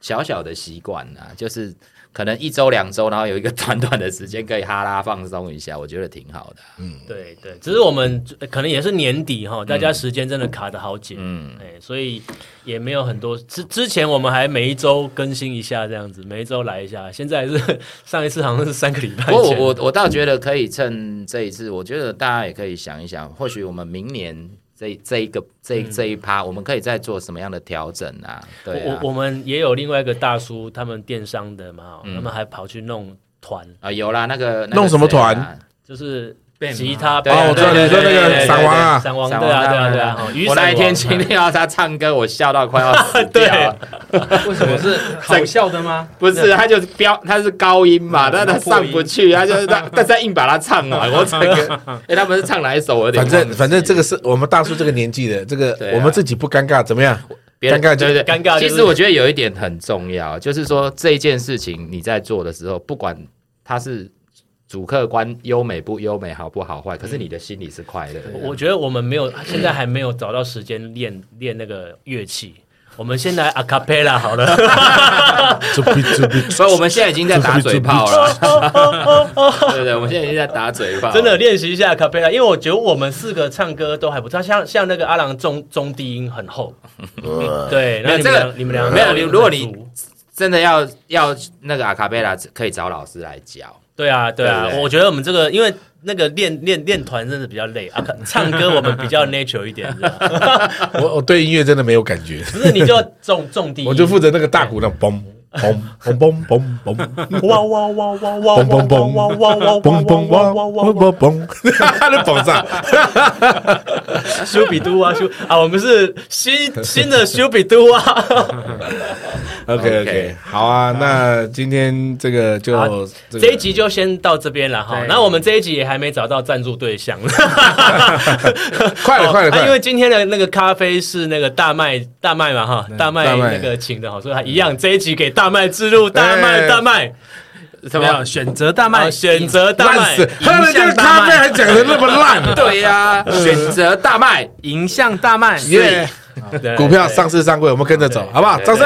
Speaker 1: 小小的习惯啊，就是可能一周两周，然后有一个短短的时间可以哈拉放松一下，我觉得挺好的啊。
Speaker 3: 对对，只是我们呃可能也是年底哈，大家时间真的卡得好紧，
Speaker 1: 嗯，
Speaker 3: 哎、所以也没有很多。之之前我们还每一周更新一下这样子，每一周来一下。现在是上一次好像是三个礼拜
Speaker 1: 不过
Speaker 3: 前，
Speaker 1: 我 我我倒觉得可以趁这一次，我觉得大家也可以想一想，或许我们明年这这一个这
Speaker 4: 嗯
Speaker 1: 这一趴，我们可以再做什么样的调整啊？对
Speaker 3: 我
Speaker 1: 啊
Speaker 3: 我，我们也有另外一个大叔，他们电商的嘛，
Speaker 1: 嗯
Speaker 3: 他们还跑去弄团，
Speaker 1: 啊有啦，那个那个
Speaker 4: 弄什么
Speaker 1: 谁啊
Speaker 4: 团
Speaker 3: 就是
Speaker 2: Bam
Speaker 3: 吉他
Speaker 1: 对啊
Speaker 3: 吧
Speaker 1: 哦我知道
Speaker 3: 对
Speaker 4: 你说那个
Speaker 3: 对对对
Speaker 4: 散王啊
Speaker 3: 散王
Speaker 1: 散
Speaker 3: 对啊对啊对啊，
Speaker 1: 当
Speaker 3: 哦
Speaker 1: 然
Speaker 3: 雨
Speaker 1: 我
Speaker 3: 伞
Speaker 1: 那一天
Speaker 3: 王
Speaker 1: 听到他唱歌，我笑到快要死 掉。
Speaker 2: 为什么是好笑的吗？
Speaker 1: 不是，他就是飙，他是高音嘛，但他上不去，他就是他，但是他硬把它唱完。 我整个，哎，他们是唱哪一首？我有点
Speaker 4: 反
Speaker 1: 忘记
Speaker 4: 正反正这个是我们大叔这个年 纪的，这个
Speaker 1: 对啊
Speaker 4: 我们自己不尴尬，怎么样？
Speaker 1: 别人
Speaker 4: 尴尬就
Speaker 1: 对对对
Speaker 3: 尴尬就
Speaker 1: 其
Speaker 3: 是
Speaker 1: 实我觉得有一点很重要，就是说这件事情你在做的时候，不管它是主客观优美不优美，好不好坏，可是你的心里是快乐的。
Speaker 3: 我觉得我们没有，现在还没有找到时间练练那个乐器。我们先来 a cappella 好了，
Speaker 1: 所以我们现在已经在打嘴炮了， 对对，我们现在已经在打嘴炮了，
Speaker 3: 真的练习一下 a cappella，因为我觉得我们四个唱歌都还不错，像像那个阿郎中中低音很厚，对，
Speaker 1: 没有
Speaker 3: 那你
Speaker 1: 这
Speaker 3: 们
Speaker 1: 个
Speaker 3: 俩你们俩
Speaker 1: 没有你如果你真的要要那个阿卡贝拉，可以找老师来教。
Speaker 3: 对啊，对啊
Speaker 1: 对，对
Speaker 3: 我觉得我们这个因为。那个练练练团真的比较累啊，可唱歌我们比较 natural 一点，这样
Speaker 4: 我我对音乐真的没有感觉，
Speaker 3: 不是你就重重低音，
Speaker 4: 我就负责那个大鼓那嘣嘣嘣嘣嘣 嘣。
Speaker 3: 哇哇哇哇哇
Speaker 4: 嘣嘣嘣
Speaker 3: 哇哇哇
Speaker 4: 嘣嘣
Speaker 3: 哇
Speaker 4: 嘣
Speaker 3: 哇哇哇！
Speaker 4: 嘣嘣嘣， 他的 宝藏，
Speaker 3: 修比都啊修啊，我们是新新的修比都啊。
Speaker 4: OK OK，
Speaker 1: OK
Speaker 4: 好啊，那今天这个
Speaker 3: 好
Speaker 4: 就这个
Speaker 3: 这一集就先到这边了哈。
Speaker 2: 对
Speaker 3: 那我们这一集也还没找到赞助对 象，
Speaker 4: 快了快了
Speaker 3: 啊
Speaker 4: 快了，
Speaker 3: 因为今天的那个咖啡是那个大麦大麦嘛哈，大麦
Speaker 4: 大麦
Speaker 3: 那个请的哈，所以他一样这一集给大麦之路，大
Speaker 4: 哎
Speaker 3: 麦大麦，
Speaker 2: 怎么样？哦选择大
Speaker 3: 啊
Speaker 2: 麦，
Speaker 3: 选择大
Speaker 4: 烂
Speaker 3: 麦
Speaker 4: 死，，喝了这个咖啡还讲的那么
Speaker 3: 啊
Speaker 4: 烂，
Speaker 1: 对呀、
Speaker 3: 嗯
Speaker 1: 选择大麦，
Speaker 2: 迎向大麦。
Speaker 4: 耶！
Speaker 3: 对
Speaker 4: 股票上市上柜，我们跟着走，好不好？掌声！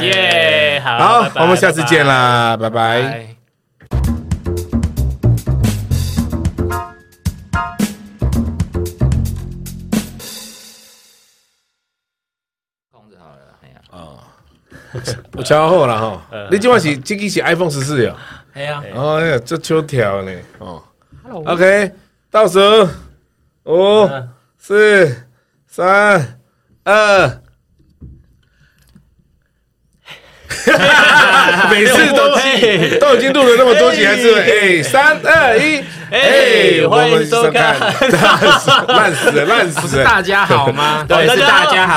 Speaker 3: 对耶，好，
Speaker 4: 好
Speaker 3: 拜，拜
Speaker 4: 我们下次见。
Speaker 3: 拜拜
Speaker 4: 啦，拜拜。
Speaker 2: 哎。
Speaker 1: 控制好了，哎呀、
Speaker 4: 我超好了哈，
Speaker 3: 呃
Speaker 4: 你今晚是这个是 iPhone 十四呀？哦
Speaker 2: 哎呀，
Speaker 4: 哎呀，这秋条呢？哦，OK，倒数五、
Speaker 3: 呃
Speaker 4: 四、三、二。 每次都都已经录了那么多集，还是哎，三二一，
Speaker 3: 哎
Speaker 4: 我
Speaker 3: 欢迎
Speaker 4: 们
Speaker 3: 收看
Speaker 4: 烂死了，烂死了，烂死了！
Speaker 2: 大家好吗？
Speaker 3: 对
Speaker 1: 对，是
Speaker 3: 大家
Speaker 1: 大家好。